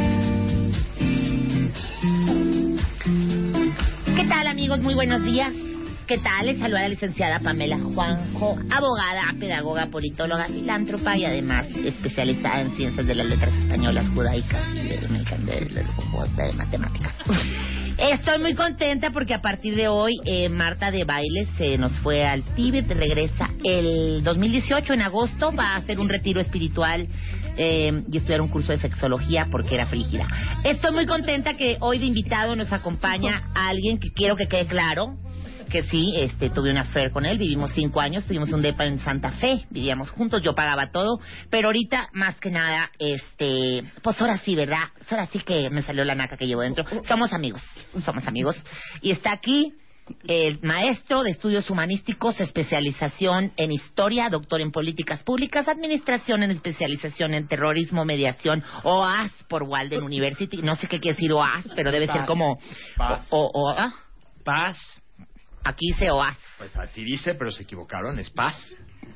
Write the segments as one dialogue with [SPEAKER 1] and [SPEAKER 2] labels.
[SPEAKER 1] ¿Qué tal amigos? Muy buenos días. ¿Qué tal? Les saluda la licenciada Pamela Juanjo, abogada, pedagoga, politóloga, filántropa y además especializada en ciencias de las letras españolas, judaicas y de, de- de matemáticas. Estoy muy contenta porque a partir de hoy eh, Marta de Baile se nos fue al Tíbet, regresa el 2018 en agosto, va a hacer un retiro espiritual eh, y estudiar un curso de sexología porque era frígida. Estoy muy contenta que hoy de invitado nos acompaña alguien que quiero que quede claro que sí, este, tuve una affair con él, vivimos cinco años, tuvimos un depa en Santa Fe, vivíamos juntos, yo pagaba todo, pero ahorita, más que nada, este, pues ahora sí, ¿verdad? Ahora sí que me salió la naca que llevo dentro. Somos amigos, somos amigos. Y está aquí el maestro de estudios humanísticos, especialización en historia, doctor en políticas públicas, administración en especialización en terrorismo, mediación, OAS por Walden University. No sé qué quiere decir OAS, pero debe ser como...
[SPEAKER 2] Paz.
[SPEAKER 1] O, o- ¿ah?
[SPEAKER 2] Paz.
[SPEAKER 1] Aquí dice OAS.
[SPEAKER 2] Pues así dice, pero se equivocaron, es paz.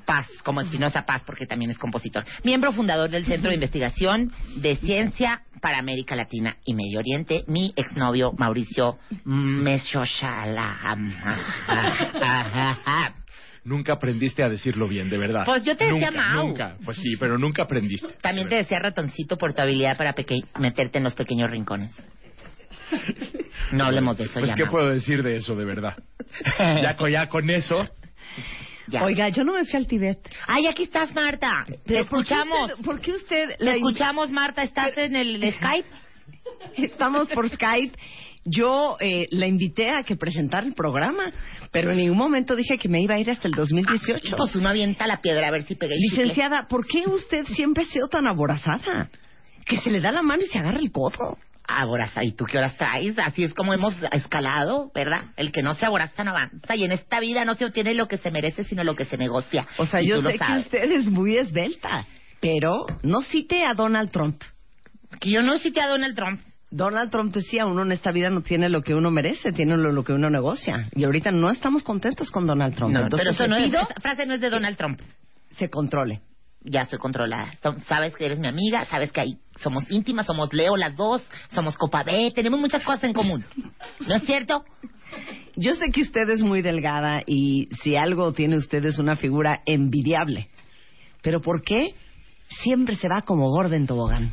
[SPEAKER 1] Paz, como Espinosa Paz, porque también es compositor. Miembro fundador del Centro de Investigación de Ciencia para América Latina y Medio Oriente, mi exnovio Mauricio Mesoshala.
[SPEAKER 2] Nunca aprendiste a decirlo bien, de verdad.
[SPEAKER 1] Pues yo te decía
[SPEAKER 2] nunca,
[SPEAKER 1] Mau.
[SPEAKER 2] Nunca, pues sí, pero nunca aprendiste.
[SPEAKER 1] También te decía ratoncito por tu habilidad para peque- meterte en los pequeños rincones. No hablemos de eso
[SPEAKER 2] Pues
[SPEAKER 1] ya.
[SPEAKER 2] qué
[SPEAKER 1] Mau.
[SPEAKER 2] puedo decir de eso, de verdad. ya, con, ya con eso.
[SPEAKER 1] Ya.
[SPEAKER 3] Oiga, yo no me fui al Tibet.
[SPEAKER 1] Ay, aquí estás, Marta. Te
[SPEAKER 3] ¿Por
[SPEAKER 1] escuchamos.
[SPEAKER 3] qué usted, por qué usted
[SPEAKER 1] Te
[SPEAKER 3] la in-
[SPEAKER 1] escuchamos, Marta. Estás en el Skype.
[SPEAKER 3] Estamos por Skype. Yo eh, la invité a que presentara el programa, pero en ningún momento dije que me iba a ir hasta el 2018.
[SPEAKER 1] Pues uno avienta la piedra a ver si pega el chicle.
[SPEAKER 3] Licenciada, ¿por qué usted siempre ha sido tan aborazada? Que se le da la mano y se agarra el codo.
[SPEAKER 1] Aboraza, ¿y tú qué horas traes? Así es como hemos escalado, ¿verdad? El que no se aboraza no avanza y en esta vida no se obtiene lo que se merece, sino lo que se negocia.
[SPEAKER 3] O sea,
[SPEAKER 1] Y
[SPEAKER 3] yo
[SPEAKER 1] tú lo
[SPEAKER 3] sé que
[SPEAKER 1] sabes.
[SPEAKER 3] usted es muy esbelta, pero no cite a Donald Trump.
[SPEAKER 1] Que yo no cité a Donald Trump.
[SPEAKER 3] Donald Trump decía, uno en esta vida no tiene lo que uno merece, tiene lo, lo que uno negocia. Y ahorita no estamos contentos con Donald Trump.
[SPEAKER 1] No,
[SPEAKER 3] Entonces,
[SPEAKER 1] pero eso no
[SPEAKER 3] le
[SPEAKER 1] es,
[SPEAKER 3] pido
[SPEAKER 1] esa frase no es de Donald Trump.
[SPEAKER 3] se controle.
[SPEAKER 1] Ya estoy controlada. So- Sabes que eres mi amiga, sabes que ahí somos íntimas, somos Leo las dos, somos Copa B, tenemos muchas cosas en común. ¿No es cierto?
[SPEAKER 3] Yo sé que usted es muy delgada y si algo tiene usted es una figura envidiable. Pero ¿por qué siempre se va como gorda en tobogán?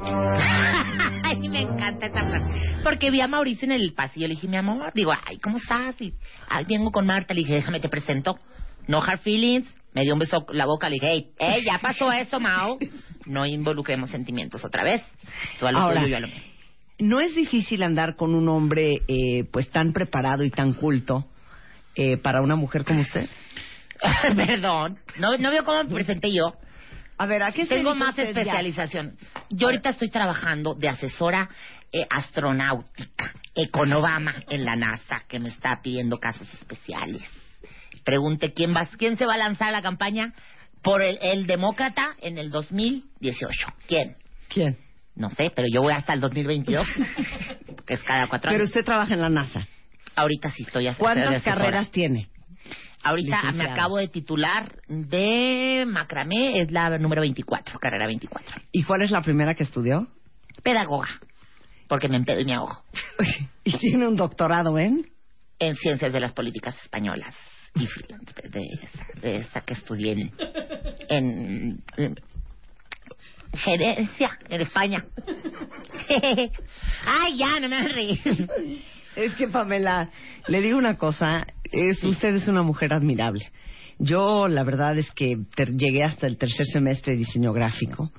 [SPEAKER 1] ay, me encanta esa frase. Porque vi a Mauricio en el pasillo, le dije, mi amor, digo, ay, ¿cómo estás? Y, ay, vengo con Marta, le dije, déjame, te presento. No hard feelings. Me dio un beso en la boca, le dije, hey, hey, ya pasó eso, Mao. No involucremos sentimientos otra vez. Tú a lo
[SPEAKER 3] Ahora.
[SPEAKER 1] tuyo, yo a lo mío.
[SPEAKER 3] No es difícil andar con un hombre eh, pues tan preparado y tan culto eh, para una mujer como usted.
[SPEAKER 1] Perdón, no, no veo cómo me presenté yo.
[SPEAKER 3] A ver, ¿a qué se
[SPEAKER 1] Tengo
[SPEAKER 3] dedica
[SPEAKER 1] más
[SPEAKER 3] usted ya?
[SPEAKER 1] especialización. Yo ahorita estoy trabajando de asesora eh, astronáutica eh, con Obama en la NASA, que me está pidiendo casos especiales. Pregunte quién va, quién se va a lanzar a la campaña por el, el demócrata en el 2018. ¿Quién?
[SPEAKER 3] ¿Quién?
[SPEAKER 1] No sé, pero yo voy hasta el 2022, que es cada cuatro
[SPEAKER 3] Pero
[SPEAKER 1] años.
[SPEAKER 3] usted trabaja en la NASA.
[SPEAKER 1] Ahorita sí estoy as- de
[SPEAKER 3] ¿Cuántas
[SPEAKER 1] asesora.
[SPEAKER 3] carreras tiene?
[SPEAKER 1] Ahorita me
[SPEAKER 3] Licenciada.
[SPEAKER 1] acabo de titular de macramé, es la número 24, carrera 24.
[SPEAKER 3] ¿Y cuál es la primera que estudió?
[SPEAKER 1] pedagoga, porque me empedo y me ahogo,
[SPEAKER 3] y tiene un doctorado en...
[SPEAKER 1] en ciencias de las políticas españolas y y freelance de esta, de esta que estudié en, en, en Gerencia, en España. Ay, ya, no me hagas reír.
[SPEAKER 3] Es que Pamela, le digo una cosa, es usted es una mujer admirable. Yo la verdad es que ter- llegué hasta el tercer semestre de diseño gráfico.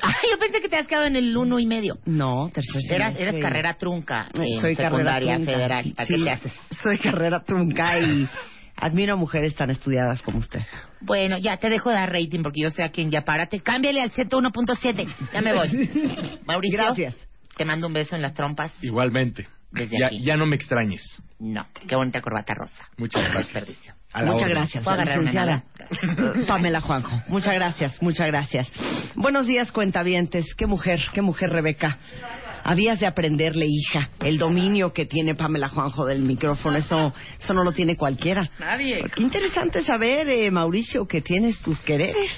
[SPEAKER 1] Ay, yo pensé que te has quedado en el uno y medio.
[SPEAKER 3] No, tercer
[SPEAKER 1] Eras,
[SPEAKER 3] semestre.
[SPEAKER 1] eras carrera trunca en
[SPEAKER 3] Soy
[SPEAKER 1] secundaria
[SPEAKER 3] carrera trunca.
[SPEAKER 1] federal. ¿A qué
[SPEAKER 3] Sí,
[SPEAKER 1] le haces?
[SPEAKER 3] Soy carrera trunca y admiro a mujeres tan estudiadas como usted.
[SPEAKER 1] Bueno, ya te dejo dar rating porque yo sé a quién ya párate. Cámbiale al 101.7. Ya me voy. Mauricio.
[SPEAKER 3] Gracias.
[SPEAKER 1] Te mando un beso en las trompas.
[SPEAKER 2] Igualmente.
[SPEAKER 1] Desde
[SPEAKER 2] ya,
[SPEAKER 1] aquí.
[SPEAKER 2] ya no me extrañes.
[SPEAKER 1] No, qué bonita corbata rosa.
[SPEAKER 2] Muchas gracias.
[SPEAKER 1] Desperdicio.
[SPEAKER 2] A la
[SPEAKER 3] muchas
[SPEAKER 2] orden.
[SPEAKER 3] gracias,
[SPEAKER 1] Puedo agarrar una
[SPEAKER 3] licenciada Pamela Juanjo. Muchas gracias, muchas gracias. Buenos días, cuentavientes. Qué mujer, qué mujer, Rebeca. Habías de aprenderle, hija, el dominio que tiene Pamela Juanjo del micrófono. Eso, eso no lo tiene cualquiera.
[SPEAKER 1] Nadie.
[SPEAKER 3] Qué interesante saber, eh, Mauricio, que tienes tus quereres.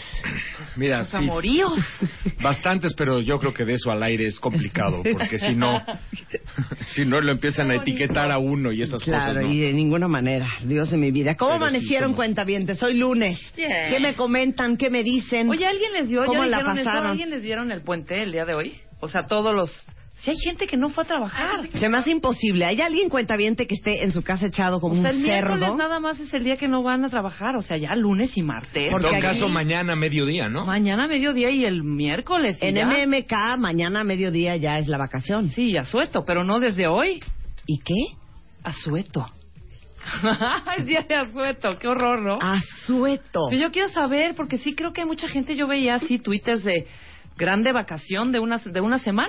[SPEAKER 2] Mira, sí,
[SPEAKER 1] Amoríos.
[SPEAKER 2] bastantes, pero yo creo que de eso al aire es complicado, porque si no, si no lo empiezan a etiquetar a uno y esas
[SPEAKER 3] Claro,
[SPEAKER 2] cosas. ¿no?
[SPEAKER 3] y de ninguna manera, Dios de mi vida. ¿Cómo
[SPEAKER 2] Pero sí
[SPEAKER 3] amanecieron
[SPEAKER 2] somos-
[SPEAKER 3] cuentavientes? Hoy lunes.
[SPEAKER 4] Bien.
[SPEAKER 3] ¿Qué me comentan? ¿Qué me dicen?
[SPEAKER 4] Oye, ¿alguien les dio?
[SPEAKER 3] ¿Cómo
[SPEAKER 4] ¿Ya
[SPEAKER 3] la
[SPEAKER 4] dijeron eso?
[SPEAKER 3] pasaron?
[SPEAKER 4] ¿Alguien les dieron el puente el día de hoy? O sea, todos los... Si hay gente que no fue a trabajar.
[SPEAKER 3] Se me hace imposible. ¿Hay alguien cuentaviente que esté en su casa echado como
[SPEAKER 4] O sea, el
[SPEAKER 3] un
[SPEAKER 4] miércoles
[SPEAKER 3] cerdo?
[SPEAKER 4] nada más es el día que no van a trabajar. O sea, ya lunes y martes.
[SPEAKER 2] En todo
[SPEAKER 3] porque
[SPEAKER 2] caso,
[SPEAKER 3] aquí-
[SPEAKER 2] mañana mediodía, ¿no?
[SPEAKER 4] Mañana mediodía y el miércoles. y
[SPEAKER 3] En
[SPEAKER 4] ya.
[SPEAKER 3] MMK mañana a mediodía ya es la vacación.
[SPEAKER 4] Sí, asueto, pero no desde hoy.
[SPEAKER 3] ¿Y qué?
[SPEAKER 4] Asueto. es día de asueto, qué horror, ¿no?
[SPEAKER 3] Ah. Asueto.
[SPEAKER 4] Pero yo quiero saber, porque sí creo que hay mucha gente, yo veía así twitters de grande vacación de una, de una semana.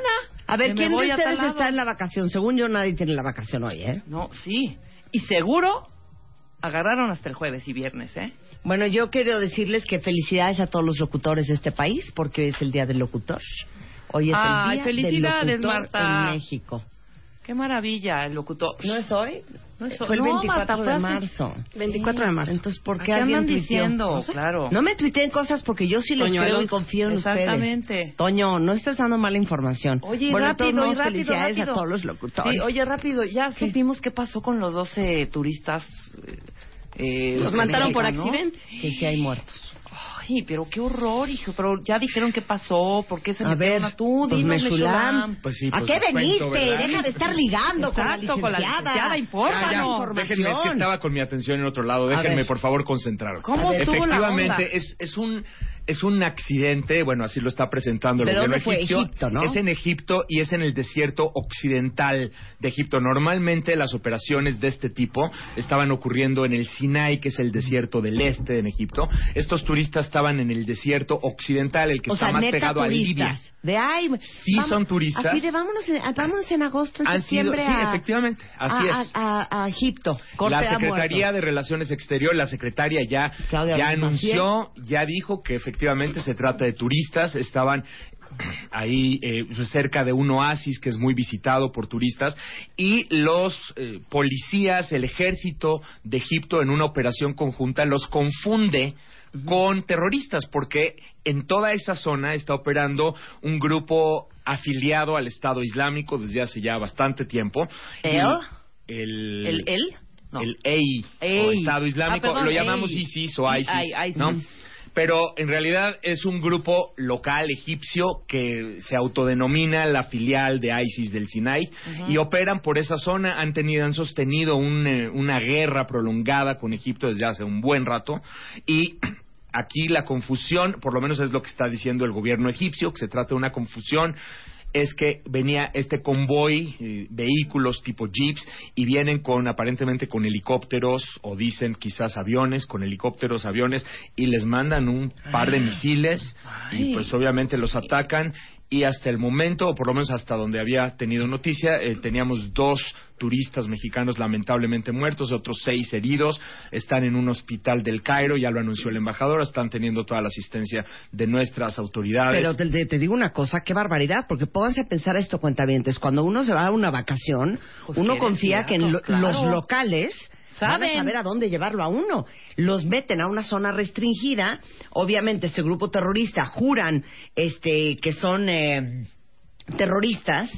[SPEAKER 3] A ver,
[SPEAKER 4] Que me
[SPEAKER 3] ¿quién
[SPEAKER 4] voy
[SPEAKER 3] de
[SPEAKER 4] a tal
[SPEAKER 3] ustedes
[SPEAKER 4] lado.
[SPEAKER 3] está en la vacación? Según yo, nadie tiene la vacación hoy, ¿eh?
[SPEAKER 4] No, sí. Y seguro agarraron hasta el jueves y viernes, ¿eh?
[SPEAKER 3] Bueno, yo quiero decirles que felicidades a todos los locutores de este país, porque hoy es el Día del Locutor. Hoy es
[SPEAKER 4] Ay,
[SPEAKER 3] el Día del
[SPEAKER 4] felicidades,
[SPEAKER 3] Locutor
[SPEAKER 4] Marta.
[SPEAKER 3] en México.
[SPEAKER 4] Qué maravilla el locutor.
[SPEAKER 3] ¿No es hoy?
[SPEAKER 4] No es hoy.
[SPEAKER 3] Fue el
[SPEAKER 4] No,
[SPEAKER 3] 24
[SPEAKER 4] Marta,
[SPEAKER 3] de
[SPEAKER 4] fue hace-
[SPEAKER 3] marzo.
[SPEAKER 5] 24 de marzo.
[SPEAKER 3] Entonces, ¿por
[SPEAKER 4] ¿A
[SPEAKER 3] qué,
[SPEAKER 4] qué
[SPEAKER 3] alguien
[SPEAKER 4] andan
[SPEAKER 3] tuiteó?
[SPEAKER 4] diciendo?
[SPEAKER 3] No sé.
[SPEAKER 4] Claro.
[SPEAKER 3] No me tuiteen cosas porque yo sí les
[SPEAKER 4] Toñuelos.
[SPEAKER 3] creo y confío en ustedes.
[SPEAKER 4] Exactamente.
[SPEAKER 3] Toño, no estás dando mala información.
[SPEAKER 4] Oye,
[SPEAKER 3] bueno, de todos
[SPEAKER 4] rápido, y
[SPEAKER 3] modos,
[SPEAKER 4] rápido,
[SPEAKER 3] felicidades
[SPEAKER 4] rápido.
[SPEAKER 3] a todos los locutores.
[SPEAKER 4] Sí, oye, rápido, ya
[SPEAKER 3] ¿Qué?
[SPEAKER 4] supimos qué pasó con los 12 turistas. eh,
[SPEAKER 3] Los
[SPEAKER 4] eh,
[SPEAKER 3] mataron por
[SPEAKER 4] mexicanos.
[SPEAKER 5] accidente.
[SPEAKER 3] Que sí hay muertos.
[SPEAKER 4] Ay, pero qué horror, hijo. Pero ya dijeron qué pasó, por qué se
[SPEAKER 3] A
[SPEAKER 4] metieron
[SPEAKER 3] ver,
[SPEAKER 4] a tú,
[SPEAKER 3] pues,
[SPEAKER 4] dinos,
[SPEAKER 3] Mechulam.
[SPEAKER 4] Mechulam.
[SPEAKER 2] Pues sí,
[SPEAKER 3] ¿A
[SPEAKER 2] pues
[SPEAKER 3] qué
[SPEAKER 2] les cuento,
[SPEAKER 3] veniste?
[SPEAKER 2] ¿verdad?
[SPEAKER 3] Deja de estar ligando con la
[SPEAKER 4] Exacto, con la
[SPEAKER 3] licenciada.
[SPEAKER 4] licenciada,
[SPEAKER 2] Ah, ya,
[SPEAKER 4] infórmanos.
[SPEAKER 2] Déjenme, es que estaba con mi atención en otro lado. Déjenme,
[SPEAKER 3] ver.
[SPEAKER 2] por favor, concentrarme.
[SPEAKER 4] ¿Cómo estuvo la
[SPEAKER 2] Efectivamente,
[SPEAKER 4] onda?
[SPEAKER 2] Es, es, un, es un accidente, bueno, así lo está presentando el
[SPEAKER 3] ¿Pero
[SPEAKER 2] gobierno
[SPEAKER 3] dónde fue?
[SPEAKER 2] egipcio.
[SPEAKER 3] Egipto, ¿no?
[SPEAKER 2] Es en Egipto y es en el desierto occidental de Egipto. Normalmente las operaciones de este tipo estaban ocurriendo en el Sinai, que es el desierto del este en Egipto. Estos turistas estaban en el desierto occidental, el que
[SPEAKER 3] o
[SPEAKER 2] está
[SPEAKER 3] sea,
[SPEAKER 2] más
[SPEAKER 3] neta
[SPEAKER 2] pegado a Libia.
[SPEAKER 3] turistas. De ay,
[SPEAKER 2] Sí son turistas.
[SPEAKER 3] Así de vámonos en, ah, vámonos en agosto, en
[SPEAKER 2] Han sido-
[SPEAKER 3] septiembre
[SPEAKER 2] sí,
[SPEAKER 3] a,
[SPEAKER 2] efectivamente, así
[SPEAKER 3] a,
[SPEAKER 2] es.
[SPEAKER 3] A, a- a Egipto. Corte
[SPEAKER 2] la
[SPEAKER 3] a
[SPEAKER 2] Secretaría
[SPEAKER 3] muertos.
[SPEAKER 2] de Relaciones Exteriores, la secretaria ya,
[SPEAKER 3] Claudia
[SPEAKER 2] ya
[SPEAKER 3] Ruiz
[SPEAKER 2] anunció, ya dijo que efectivamente se trata de turistas, estaban ahí eh, cerca de un oasis que es muy visitado por turistas y los eh, policías, el ejército de Egipto en una operación conjunta los confunde con terroristas porque en toda esa zona está operando un grupo afiliado al Estado Islámico desde hace ya bastante tiempo. y
[SPEAKER 4] ¿El?
[SPEAKER 2] El,
[SPEAKER 4] ¿El él? No.
[SPEAKER 2] el EI, o
[SPEAKER 4] EI.
[SPEAKER 2] Estado Islámico,
[SPEAKER 4] Ah, perdón,
[SPEAKER 2] lo llamamos
[SPEAKER 4] EI.
[SPEAKER 2] ISIS o ISIS,
[SPEAKER 4] I-
[SPEAKER 2] ¿no?
[SPEAKER 4] ISIS.
[SPEAKER 2] Pero en realidad es un grupo local egipcio que se autodenomina la filial de ISIS del Sinai y operan por esa zona. Han tenido, han sostenido un, eh, una guerra prolongada con Egipto desde hace un buen rato y aquí la confusión, por lo menos es lo que está diciendo el gobierno egipcio, que se trata de una confusión es que venía este convoy, eh, vehículos tipo jeeps, y vienen con aparentemente con helicópteros, o dicen quizás aviones, con helicópteros, aviones, y les mandan un par de misiles, y pues obviamente los atacan, y hasta el momento, o por lo menos hasta donde había tenido noticia, eh, teníamos dos turistas mexicanos lamentablemente muertos, otros seis heridos, están en un hospital del Cairo, ya lo anunció el embajador, están teniendo toda la asistencia de nuestras autoridades.
[SPEAKER 3] Pero te, te- te digo una cosa, qué barbaridad, porque pónganse a pensar esto, cuentavientes. Cuando uno se va a una vacación,
[SPEAKER 4] Pues
[SPEAKER 3] uno
[SPEAKER 4] qué
[SPEAKER 3] confía
[SPEAKER 4] desviado,
[SPEAKER 3] que en lo-
[SPEAKER 4] claro.
[SPEAKER 3] los locales van a
[SPEAKER 4] Saben.
[SPEAKER 3] saber a dónde llevarlo a uno. Los meten a una zona restringida. Obviamente, ese grupo terrorista juran este, que son eh, terroristas.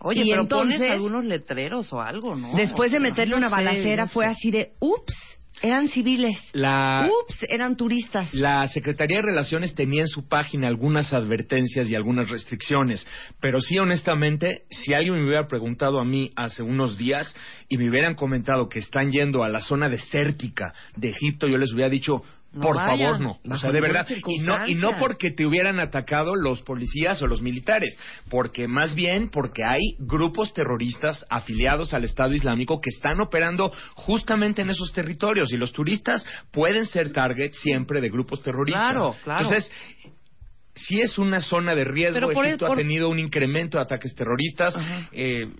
[SPEAKER 4] Oye,
[SPEAKER 3] Y
[SPEAKER 4] pero
[SPEAKER 3] entonces-
[SPEAKER 4] pones algunos letreros o algo, ¿no?
[SPEAKER 3] Después de
[SPEAKER 4] O sea,
[SPEAKER 3] meterle
[SPEAKER 4] no
[SPEAKER 3] una
[SPEAKER 4] sé,
[SPEAKER 3] balacera,
[SPEAKER 4] no
[SPEAKER 3] fue
[SPEAKER 4] sé.
[SPEAKER 3] así de, ups, Eran civiles.
[SPEAKER 6] Uh.
[SPEAKER 2] La-
[SPEAKER 3] Ups, eran turistas.
[SPEAKER 2] La Secretaría de Relaciones tenía en su página algunas advertencias y algunas restricciones, pero sí, honestamente, si alguien me hubiera preguntado a mí hace unos días y me hubieran comentado que están yendo a la zona desértica de Egipto, yo les hubiera dicho,
[SPEAKER 3] No
[SPEAKER 2] por
[SPEAKER 3] vayan,
[SPEAKER 2] favor, no. O
[SPEAKER 3] bajo
[SPEAKER 2] sea, de
[SPEAKER 3] ninguna
[SPEAKER 2] verdad, y no, y no
[SPEAKER 3] circunstancia.
[SPEAKER 2] porque te hubieran atacado los policías o los militares, porque más bien porque hay grupos terroristas afiliados al Estado Islámico que están operando justamente en esos territorios y los turistas pueden ser target siempre de grupos terroristas.
[SPEAKER 4] Claro, claro.
[SPEAKER 2] Entonces, si es una zona de riesgo,
[SPEAKER 4] Pero por
[SPEAKER 2] Egipto
[SPEAKER 4] el- por-
[SPEAKER 2] ha tenido un incremento de ataques terroristas.
[SPEAKER 4] Ajá.
[SPEAKER 2] eh,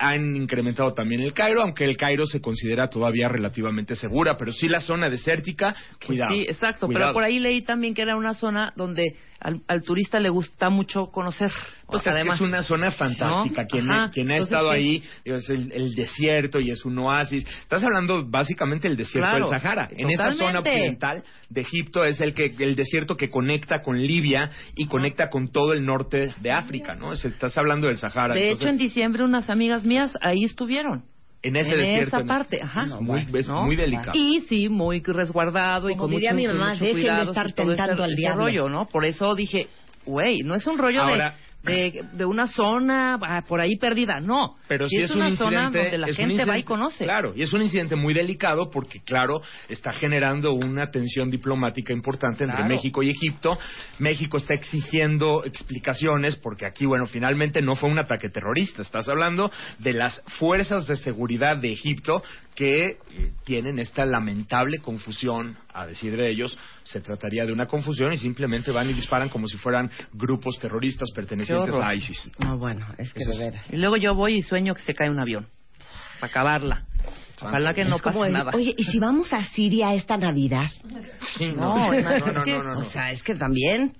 [SPEAKER 2] han incrementado también el Cairo, aunque el Cairo se considera todavía relativamente segura, pero sí la zona desértica, cuidado.
[SPEAKER 4] Sí, exacto.
[SPEAKER 2] cuidado.
[SPEAKER 4] Pero por ahí leí también que era una zona donde al, al turista le gusta mucho conocer.
[SPEAKER 2] Pues
[SPEAKER 4] O sea,
[SPEAKER 2] es, que es una zona fantástica.
[SPEAKER 4] ¿No?
[SPEAKER 2] Quien,
[SPEAKER 4] Ajá. pues
[SPEAKER 2] quien ha
[SPEAKER 4] Entonces,
[SPEAKER 2] estado
[SPEAKER 4] sí.
[SPEAKER 2] ahí es el, el desierto y es un oasis. Estás hablando básicamente del desierto
[SPEAKER 4] Claro,
[SPEAKER 2] del Sahara. En esa
[SPEAKER 4] totalmente.
[SPEAKER 2] zona occidental de Egipto es el que el desierto que conecta con Libia y conecta con todo el norte de África, ¿no? Es- Estás hablando del Sahara.
[SPEAKER 4] De
[SPEAKER 2] entonces,
[SPEAKER 4] hecho, en diciembre unas amigas mías ahí estuvieron.
[SPEAKER 2] en ese
[SPEAKER 4] en
[SPEAKER 2] desierto.
[SPEAKER 4] esa
[SPEAKER 2] en-
[SPEAKER 4] parte, ajá.
[SPEAKER 2] Es muy, es
[SPEAKER 4] ¿no?
[SPEAKER 2] muy delicado.
[SPEAKER 4] Y sí, muy resguardado y
[SPEAKER 3] Como
[SPEAKER 4] con
[SPEAKER 3] diría
[SPEAKER 4] mucho,
[SPEAKER 3] mi mamá,
[SPEAKER 4] mucho
[SPEAKER 3] dejen de
[SPEAKER 4] cuidado,
[SPEAKER 3] estar
[SPEAKER 4] y todo ese-
[SPEAKER 3] tentando al
[SPEAKER 4] ese
[SPEAKER 3] diablo.
[SPEAKER 4] rollo, ¿no? Por eso dije, güey, no es un rollo de-
[SPEAKER 2] Ahora-
[SPEAKER 4] de, de una zona ah, por ahí perdida, no.
[SPEAKER 2] pero
[SPEAKER 4] Sí
[SPEAKER 2] sí,
[SPEAKER 4] es, una zona
[SPEAKER 2] incidente-
[SPEAKER 4] donde la
[SPEAKER 2] es un
[SPEAKER 4] gente va y
[SPEAKER 2] incidente-
[SPEAKER 4] conoce.
[SPEAKER 2] Claro, y es un incidente muy delicado porque, claro, está generando una tensión diplomática importante entre
[SPEAKER 4] Claro.
[SPEAKER 2] México y Egipto. México está exigiendo explicaciones porque aquí, bueno, finalmente no fue un ataque terrorista. Estás hablando de las fuerzas de seguridad de Egipto que eh, tienen esta lamentable confusión, a decir de ellos, se trataría de una confusión y simplemente van y disparan como si fueran grupos terroristas pertenecientes
[SPEAKER 3] horror.
[SPEAKER 2] a ISIS.
[SPEAKER 3] No, bueno, es que
[SPEAKER 2] Eso
[SPEAKER 3] de
[SPEAKER 2] es-
[SPEAKER 3] veras.
[SPEAKER 4] Y luego yo voy y sueño que se cae un avión. Para acabarla. Ojalá que no
[SPEAKER 3] Es como
[SPEAKER 4] pase
[SPEAKER 3] el-
[SPEAKER 4] nada.
[SPEAKER 3] Oye, ¿y si vamos a Siria esta Navidad?
[SPEAKER 2] Sí,
[SPEAKER 4] No, es más,
[SPEAKER 2] no,
[SPEAKER 4] es
[SPEAKER 2] no,
[SPEAKER 4] que-
[SPEAKER 2] no, no, no.
[SPEAKER 3] O sea, es que también.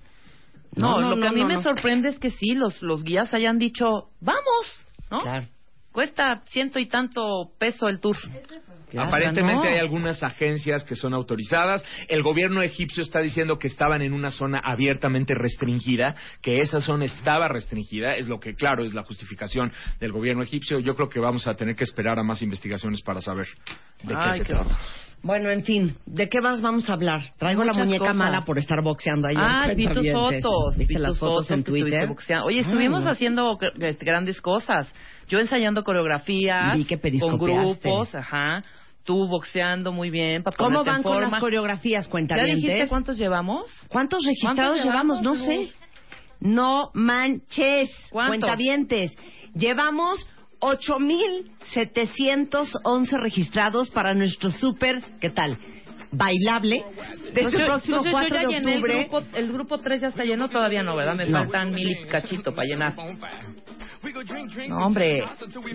[SPEAKER 4] No, lo que a mí
[SPEAKER 3] no,
[SPEAKER 4] me
[SPEAKER 3] no.
[SPEAKER 4] sorprende es que sí, los, los guías hayan dicho, vamos, ¿no?
[SPEAKER 3] Claro,
[SPEAKER 4] Cuesta ciento y tanto peso el tour.
[SPEAKER 3] claro.
[SPEAKER 2] Aparentemente
[SPEAKER 4] no.
[SPEAKER 2] hay algunas agencias que son autorizadas. El gobierno egipcio está diciendo que estaban en una zona abiertamente restringida, que esa zona estaba restringida, es lo que claro es la justificación del gobierno egipcio. Yo creo que vamos a tener que esperar a más investigaciones para saber de qué
[SPEAKER 4] Ay,
[SPEAKER 2] se
[SPEAKER 4] qué
[SPEAKER 2] trata.
[SPEAKER 4] horror.
[SPEAKER 3] Bueno, en fin, ¿de qué más vamos a hablar? Traigo la
[SPEAKER 4] Muchas
[SPEAKER 3] muñeca
[SPEAKER 4] cosas.
[SPEAKER 3] mala por estar boxeando ayer.
[SPEAKER 4] Ah, vi tus
[SPEAKER 3] cuentavientes.
[SPEAKER 4] fotos.
[SPEAKER 3] ¿Viste
[SPEAKER 4] vi
[SPEAKER 3] las
[SPEAKER 4] tus
[SPEAKER 3] fotos, en
[SPEAKER 4] que estuviste
[SPEAKER 3] Twitter?
[SPEAKER 4] boxeando. Oye,
[SPEAKER 3] Ah,
[SPEAKER 4] estuvimos
[SPEAKER 3] no.
[SPEAKER 4] haciendo gr- este, grandes cosas. Yo ensayando coreografías
[SPEAKER 3] Vi que
[SPEAKER 4] con
[SPEAKER 3] periscopeaste.
[SPEAKER 4] grupos, ajá. Tú boxeando muy bien. para
[SPEAKER 3] ¿Cómo
[SPEAKER 4] ponerte en
[SPEAKER 3] van con las
[SPEAKER 4] forma.
[SPEAKER 3] coreografías,
[SPEAKER 4] ¿Ya dijiste
[SPEAKER 3] cuentavientes?
[SPEAKER 4] cuántos llevamos?
[SPEAKER 3] ¿Cuántos registrados
[SPEAKER 4] ¿Cuántos
[SPEAKER 3] llevamos? No
[SPEAKER 4] llevamos,
[SPEAKER 3] sé.
[SPEAKER 4] Luz?
[SPEAKER 3] No manches.
[SPEAKER 4] ¿Cuántos?
[SPEAKER 3] Cuentavientes. Llevamos 8,711 registrados para nuestro súper, ¿qué tal? Bailable. De este
[SPEAKER 4] Entonces,
[SPEAKER 3] próximo
[SPEAKER 4] entonces
[SPEAKER 3] 4
[SPEAKER 4] yo ya
[SPEAKER 3] de
[SPEAKER 4] llené
[SPEAKER 3] octubre.
[SPEAKER 4] El grupo, el grupo 3 ya está lleno, todavía no, ¿verdad? Me
[SPEAKER 3] No.
[SPEAKER 4] faltan mil y cachito para llenar. No, hombre,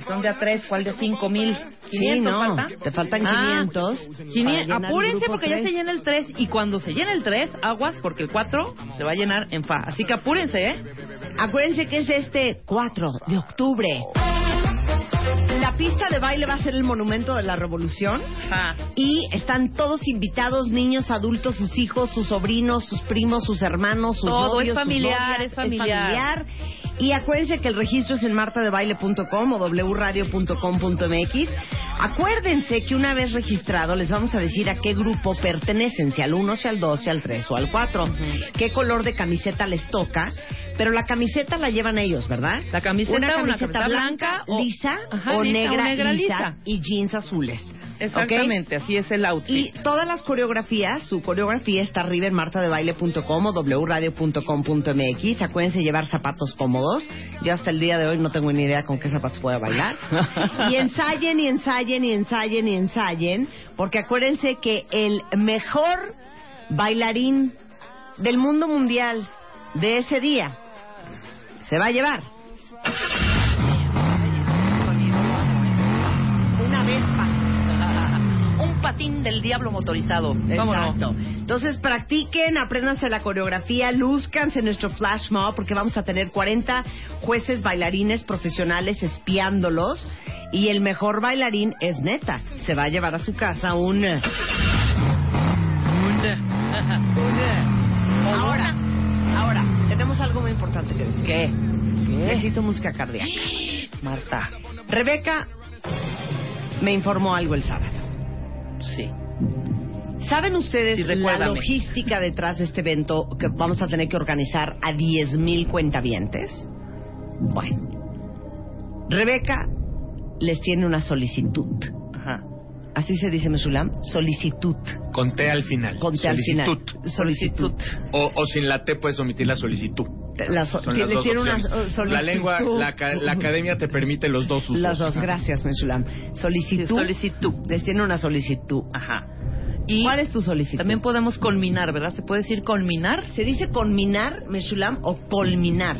[SPEAKER 4] son de a 3, ¿cuál de 5 mil? Ah,
[SPEAKER 3] Sí, no. Te faltan 500. para llenar el
[SPEAKER 4] apúrense
[SPEAKER 3] grupo
[SPEAKER 4] porque ya
[SPEAKER 3] tres.
[SPEAKER 4] se llena el 3 y cuando se llena el 3, aguas porque el 4 se va a llenar en fa. Así que apúrense, ¿eh?
[SPEAKER 3] Acuérdense que es este 4 de octubre. La pista de baile va a ser el monumento de la revolución.
[SPEAKER 4] Ajá.
[SPEAKER 3] Y están todos invitados, niños, adultos, sus hijos, sus sobrinos, sus primos, sus hermanos, sus
[SPEAKER 4] Todo,
[SPEAKER 3] novios,
[SPEAKER 4] es familiar,
[SPEAKER 3] sus novias,
[SPEAKER 4] es familiar.
[SPEAKER 3] familiar. Y acuérdense que el registro es en martadebaile.com o wradio.com.mx. Acuérdense que una vez registrado les vamos a decir a qué grupo pertenecen, si al 1, si al 2, si al 3 o al 4, qué color de camiseta les toca. Pero la camiseta la llevan ellos, ¿verdad?
[SPEAKER 4] La camiseta,
[SPEAKER 3] una
[SPEAKER 4] una
[SPEAKER 3] camiseta
[SPEAKER 4] camiseta
[SPEAKER 3] blanca,
[SPEAKER 4] blanca o-
[SPEAKER 3] lisa
[SPEAKER 4] Ajá,
[SPEAKER 3] o
[SPEAKER 4] lisa,
[SPEAKER 3] negra,
[SPEAKER 4] o negra
[SPEAKER 3] lisa
[SPEAKER 4] lisa.
[SPEAKER 3] y jeans azules. ¿ok?
[SPEAKER 4] Exactamente, así es el
[SPEAKER 3] Y
[SPEAKER 4] outfit.
[SPEAKER 3] todas las coreografías, su coreografía está arriba en martadebaile.com o wradio.com.mx. Acuérdense de llevar zapatos cómodos. Yo hasta el día de hoy no tengo ni idea con qué zapatos pueda bailar. Y ensayen, y ensayen, y ensayen, y ensayen. Porque acuérdense que el mejor bailarín del mundo mundial de ese día se va a llevar una vespa.
[SPEAKER 4] Un patín del diablo motorizado. Vámonos.
[SPEAKER 3] Exacto. Entonces practiquen, apréndanse la coreografía, lúzcanse nuestro flash mob porque vamos a tener 40 jueces bailarines profesionales espiándolos y el mejor bailarín es neta. Se va a llevar a su casa un... eh, Ahora, ahora, tenemos algo muy importante que decir.
[SPEAKER 4] ¿Qué?
[SPEAKER 3] Necesito música cardíaca.
[SPEAKER 4] Marta.
[SPEAKER 3] Rebeca me informó algo el sábado.
[SPEAKER 4] Sí.
[SPEAKER 3] ¿Saben ustedes
[SPEAKER 4] Sí,
[SPEAKER 3] la
[SPEAKER 4] recuérdame.
[SPEAKER 3] logística detrás de este evento que vamos a tener que organizar a 10.000 cuentavientes? Bueno, Rebeca les tiene una solicitud.
[SPEAKER 4] Ajá.
[SPEAKER 3] Así se dice, Mesulam, solicitud.
[SPEAKER 2] Conté al final.
[SPEAKER 3] Conté al final.
[SPEAKER 2] Solicitud.
[SPEAKER 3] Solicitud.
[SPEAKER 2] O, o sin la T puedes omitir la solicitud.
[SPEAKER 3] La so-
[SPEAKER 2] Son
[SPEAKER 3] tiene-
[SPEAKER 2] las dos
[SPEAKER 3] tiene oh, una
[SPEAKER 2] opciones.
[SPEAKER 3] so-
[SPEAKER 2] La lengua,
[SPEAKER 3] solicitud.
[SPEAKER 2] la, ca- la academia te permite los dos usos.
[SPEAKER 3] Las dos, gracias, Mesulam. Solicitud.
[SPEAKER 4] solicitud.
[SPEAKER 3] Les tiene una solicitud.
[SPEAKER 4] Ajá. Y
[SPEAKER 3] ¿Cuál es tu solicitud?
[SPEAKER 4] también podemos culminar, ¿verdad? ¿Se puede decir culminar?
[SPEAKER 3] ¿Se dice conminar, Meshulam, o colminar?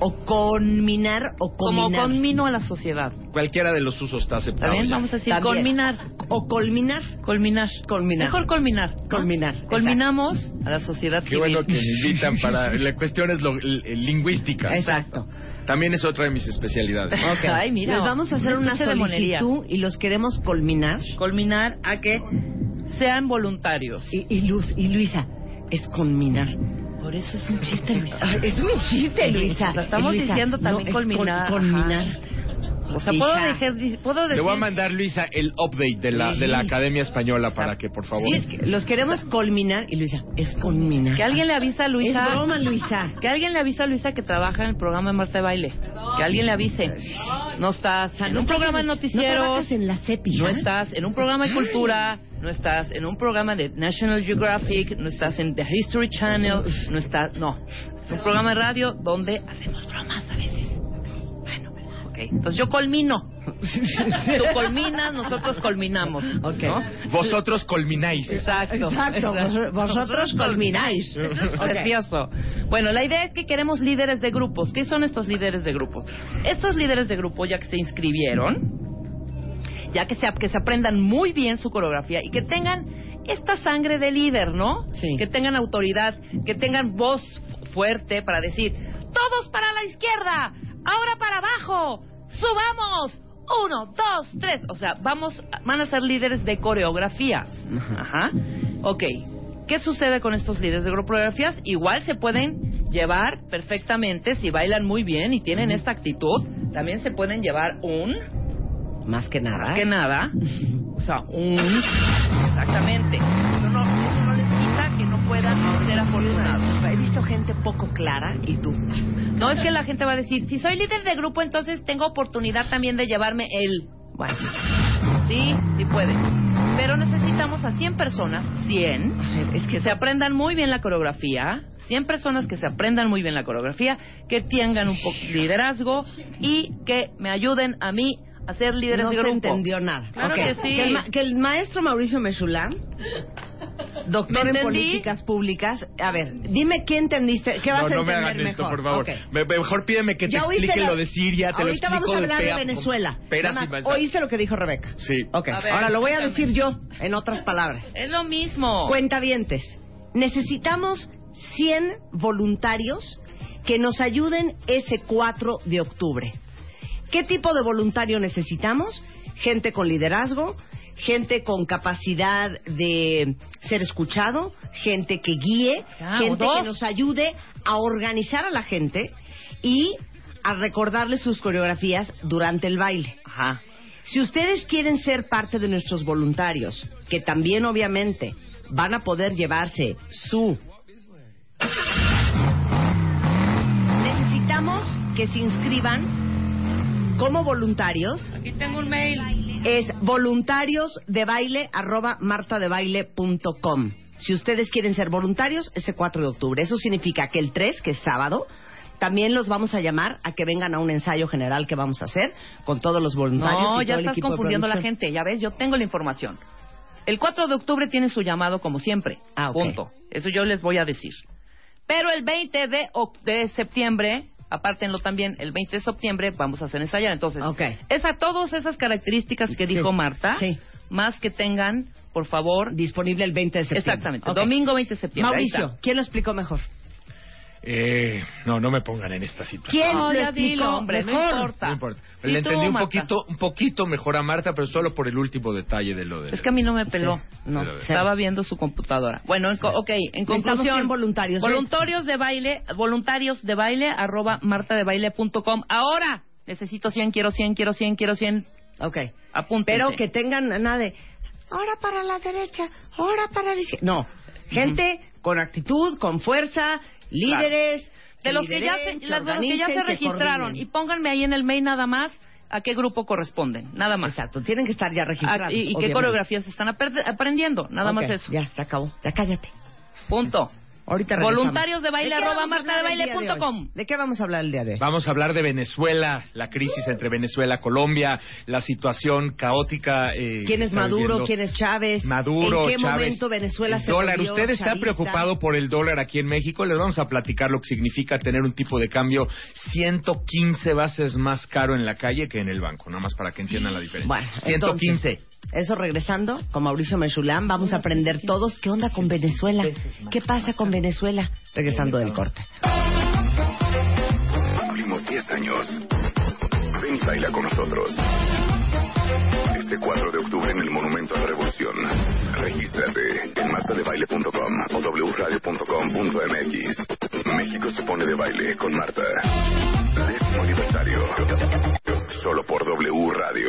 [SPEAKER 3] O conminar o
[SPEAKER 4] Como
[SPEAKER 3] cominar.
[SPEAKER 4] conmino a la sociedad.
[SPEAKER 2] Cualquiera de los usos está aceptable.
[SPEAKER 4] También vamos a decir
[SPEAKER 3] También.
[SPEAKER 4] culminar.
[SPEAKER 3] O colminar.
[SPEAKER 4] Culminar.
[SPEAKER 3] Culminar.
[SPEAKER 4] Mejor culminar.
[SPEAKER 3] Culminar, exacto.
[SPEAKER 4] Culminamos a la sociedad
[SPEAKER 2] Qué
[SPEAKER 4] civil.
[SPEAKER 2] bueno que me invitan para la cuestión es lo- l- eh, lingüística.
[SPEAKER 3] Exacto.
[SPEAKER 2] También es otra de mis especialidades.
[SPEAKER 4] Ok. Ay, mira.
[SPEAKER 3] Les vamos a hacer
[SPEAKER 4] Un
[SPEAKER 3] una
[SPEAKER 4] estuche de monería.
[SPEAKER 3] solicitud y los queremos colminar.
[SPEAKER 4] Culminar a que sean voluntarios.
[SPEAKER 3] Y, y Luz, y Luisa, es conminar.
[SPEAKER 4] Por eso es un chiste, Luisa.
[SPEAKER 3] Ay, es un chiste, Luisa.
[SPEAKER 4] O sea, estamos
[SPEAKER 3] Luisa,
[SPEAKER 4] diciendo también
[SPEAKER 3] no, es
[SPEAKER 4] colminar,
[SPEAKER 3] col- colminar.
[SPEAKER 4] O sea, puedo dejar- puedo decir...
[SPEAKER 2] Le voy a mandar, Luisa, el update de la, de la Academia Española para que, por favor.
[SPEAKER 3] Sí, es que los queremos colminar y Luisa, es colminar.
[SPEAKER 4] Que alguien le avisa a Luisa...
[SPEAKER 3] Es broma, Luisa.
[SPEAKER 4] Que alguien le avisa a Luisa que trabaja en el programa de Marta de Baile. Que alguien le avise. No estás en un programa de
[SPEAKER 3] No
[SPEAKER 4] noticieros.
[SPEAKER 3] trabajas en la CEPI.
[SPEAKER 4] No
[SPEAKER 3] ¿eh?
[SPEAKER 4] estás en un programa de cultura, no estás en un programa de National Geographic, no estás en The History Channel, no estás, no. Es un programa de radio donde hacemos bromas a veces. Bueno, ok. Entonces yo colmino. Tú colminas, nosotros colminamos.
[SPEAKER 3] Ok.
[SPEAKER 4] ¿no?
[SPEAKER 2] Vosotros culmináis.
[SPEAKER 4] Exacto.
[SPEAKER 3] Exacto, vos- vosotros culmináis. Ok.
[SPEAKER 4] Precioso. Bueno, la idea es que queremos líderes de grupos. ¿Qué son estos líderes de grupo? Estos líderes de grupo, ya que se inscribieron, ya que se, que se aprendan muy bien su coreografía y que tengan esta sangre de líder, ¿no?
[SPEAKER 3] Sí.
[SPEAKER 4] Que tengan autoridad, que tengan voz fu- fuerte para decir, todos para la izquierda, ahora para abajo, subamos. Uno, dos, tres. O sea, vamos, van a ser líderes de coreografías. Ajá. Ok. ¿Qué sucede con estos líderes de coreografías? Igual se pueden llevar perfectamente si bailan muy bien y tienen esta actitud. También se pueden llevar un,
[SPEAKER 3] Más que nada.
[SPEAKER 4] más que nada, o sea, un, exactamente. Eso no, eso no les quita que no puedan ser afortunados.
[SPEAKER 3] He visto gente poco clara y tú.
[SPEAKER 4] No es que la gente va a decir, si soy líder de grupo, entonces tengo oportunidad también de llevarme el. Bueno, sí, sí puede. Pero necesitamos a 100 personas, 100,
[SPEAKER 3] Es
[SPEAKER 4] que se aprendan muy bien la coreografía, 100 personas que se aprendan muy bien la coreografía, que tengan un poco de liderazgo y que me ayuden a mí a ser líderes
[SPEAKER 3] no
[SPEAKER 4] de
[SPEAKER 3] se
[SPEAKER 4] grupo.
[SPEAKER 3] entendió nada.
[SPEAKER 4] Claro
[SPEAKER 3] Ok.
[SPEAKER 4] que sí.
[SPEAKER 3] el, ma- que el maestro Mauricio Mesulán, doctor
[SPEAKER 4] ¿Me
[SPEAKER 3] en
[SPEAKER 4] entendí?
[SPEAKER 3] políticas públicas, a ver, dime qué entendiste, qué vas
[SPEAKER 2] No,
[SPEAKER 3] a
[SPEAKER 2] no me
[SPEAKER 3] entender
[SPEAKER 2] hagan
[SPEAKER 3] mejor.
[SPEAKER 2] esto, por favor.
[SPEAKER 3] Ok.
[SPEAKER 2] Me- me- mejor pídeme que te
[SPEAKER 3] Ya oíste
[SPEAKER 2] explique
[SPEAKER 3] la-
[SPEAKER 2] lo de Siria, te lo
[SPEAKER 3] Ahorita
[SPEAKER 2] explico
[SPEAKER 3] vamos a hablar
[SPEAKER 2] de,
[SPEAKER 3] de,
[SPEAKER 2] pea-
[SPEAKER 3] Venezuela.
[SPEAKER 2] peras
[SPEAKER 3] Nada
[SPEAKER 2] y
[SPEAKER 3] más,
[SPEAKER 2] manzanas.
[SPEAKER 3] oíste lo que dijo Rebeca.
[SPEAKER 2] Sí.
[SPEAKER 3] Ok,
[SPEAKER 4] A ver,
[SPEAKER 3] ahora lo voy a
[SPEAKER 4] explícame.
[SPEAKER 3] decir yo, en otras palabras.
[SPEAKER 4] Es lo mismo.
[SPEAKER 3] Cuentavientes, necesitamos 100 voluntarios que nos ayuden ese 4 de octubre. ¿Qué tipo de voluntario necesitamos? Gente con liderazgo, gente con capacidad de ser escuchado, gente que guíe,
[SPEAKER 4] Ah, o
[SPEAKER 3] gente
[SPEAKER 4] dos.
[SPEAKER 3] que nos ayude a organizar a la gente y a recordarles sus coreografías durante el baile.
[SPEAKER 4] Ajá.
[SPEAKER 3] Si ustedes quieren ser parte de nuestros voluntarios, que también obviamente van a poder llevarse su... Necesitamos que se inscriban como voluntarios.
[SPEAKER 4] Aquí tengo un mail.
[SPEAKER 3] Es voluntariosdebaile.martadebaile.com. Si ustedes quieren ser voluntarios, ese 4 de octubre. Eso significa que el 3, que es sábado, también los vamos a llamar a que vengan a un ensayo general que vamos a hacer con todos los voluntarios.
[SPEAKER 4] No,
[SPEAKER 3] y
[SPEAKER 4] ya
[SPEAKER 3] todo el
[SPEAKER 4] estás
[SPEAKER 3] equipo de
[SPEAKER 4] confundiendo a la
[SPEAKER 3] producción.
[SPEAKER 4] gente. Ya ves, yo tengo la información. El 4 de octubre tiene su llamado como siempre.
[SPEAKER 3] Ah, ok.
[SPEAKER 4] Punto. Eso yo les voy a decir. Pero el 20 de, oc- de septiembre, apártenlo también, el 20 de septiembre vamos a hacer ensayar. Entonces,
[SPEAKER 3] Ok.
[SPEAKER 4] es a todas esas características que
[SPEAKER 3] Ah. Sí,
[SPEAKER 4] dijo Marta,
[SPEAKER 3] sí.
[SPEAKER 4] más que tengan, por favor,
[SPEAKER 3] disponible el 20 de septiembre.
[SPEAKER 4] exactamente,
[SPEAKER 3] Ok.
[SPEAKER 4] domingo 20 de septiembre. ahí
[SPEAKER 3] Mauricio, ¿quién lo explicó mejor?
[SPEAKER 2] Eh, no, no me pongan en esta situación.
[SPEAKER 3] ¿Quién
[SPEAKER 4] No,
[SPEAKER 3] lo
[SPEAKER 4] ya
[SPEAKER 3] explicó
[SPEAKER 4] dilo, hombre, no
[SPEAKER 3] mejor?
[SPEAKER 4] importa.
[SPEAKER 2] No importa.
[SPEAKER 4] Sí,
[SPEAKER 2] Le
[SPEAKER 4] tú,
[SPEAKER 2] entendí un
[SPEAKER 4] Marta.
[SPEAKER 2] poquito, un poquito mejor a Marta, pero solo por el último detalle de lo de.
[SPEAKER 4] Es que a mí no me peló.
[SPEAKER 3] No,
[SPEAKER 2] Pero-
[SPEAKER 4] Estaba viendo su computadora. Bueno, en co- ok, en conclusión.
[SPEAKER 3] 100 voluntarios.
[SPEAKER 4] Voluntarios de baile, voluntarios de baile, arroba martadebaile.com. Ahora necesito 100, quiero 100, quiero 100, quiero 100.
[SPEAKER 3] Ok.
[SPEAKER 4] Apúntense.
[SPEAKER 3] Pero que tengan nada de... ahora para la derecha, ahora para la izquierda. No, gente con actitud, con fuerza, líderes.
[SPEAKER 4] De los que ya se,
[SPEAKER 3] lideren,
[SPEAKER 4] las- de los que ya
[SPEAKER 3] organicen,
[SPEAKER 4] se registraron. Y
[SPEAKER 3] coordinen.
[SPEAKER 4] pónganme ahí en el mail nada más a qué grupo corresponden. Nada más.
[SPEAKER 3] Exacto, tienen que estar ya registrados.
[SPEAKER 4] A- y- y, qué
[SPEAKER 3] obviamente.
[SPEAKER 4] coreografías están apre- aprendiendo. Nada
[SPEAKER 3] Ok,
[SPEAKER 4] más eso.
[SPEAKER 3] Ya, se acabó. Ya cállate.
[SPEAKER 4] Punto.
[SPEAKER 3] Ahorita regresamos.
[SPEAKER 4] Voluntarios de baile
[SPEAKER 3] ¿De qué
[SPEAKER 4] arroba
[SPEAKER 3] vamos a hablar el día de hoy?
[SPEAKER 4] martadebaile.com.
[SPEAKER 3] ¿De qué vamos a hablar el día de hoy?
[SPEAKER 2] Eh. Vamos a hablar de Venezuela, la crisis entre Venezuela y Colombia, la situación caótica. eh,
[SPEAKER 3] ¿Quién
[SPEAKER 2] que
[SPEAKER 3] es
[SPEAKER 2] está
[SPEAKER 3] Maduro?
[SPEAKER 2] viviendo
[SPEAKER 3] ¿Quién es Chávez?
[SPEAKER 2] Maduro,
[SPEAKER 3] ¿En qué
[SPEAKER 2] Chávez,
[SPEAKER 3] momento Venezuela
[SPEAKER 2] el
[SPEAKER 3] se
[SPEAKER 2] dólar.
[SPEAKER 3] volvió
[SPEAKER 2] ¿Usted está
[SPEAKER 3] chavista?
[SPEAKER 2] preocupado por el dólar aquí en México? Les vamos a platicar lo que significa tener un tipo de cambio 115 bases más caro en la calle que en el banco, nada más para que entiendan la diferencia.
[SPEAKER 3] Bueno,
[SPEAKER 2] 115.
[SPEAKER 3] entonces, eso regresando con Mauricio Mechulán, vamos a aprender todos qué onda con Venezuela, qué pasa con Venezuela, regresando del corte.
[SPEAKER 5] Cumplimos 10 años. Ven y baila con nosotros. Este 4 de octubre en el Monumento a la Revolución. Regístrate en martadebaile.com o wradio.com.mx. México se pone de baile con Marta. Décimo aniversario. Solo por W Radio.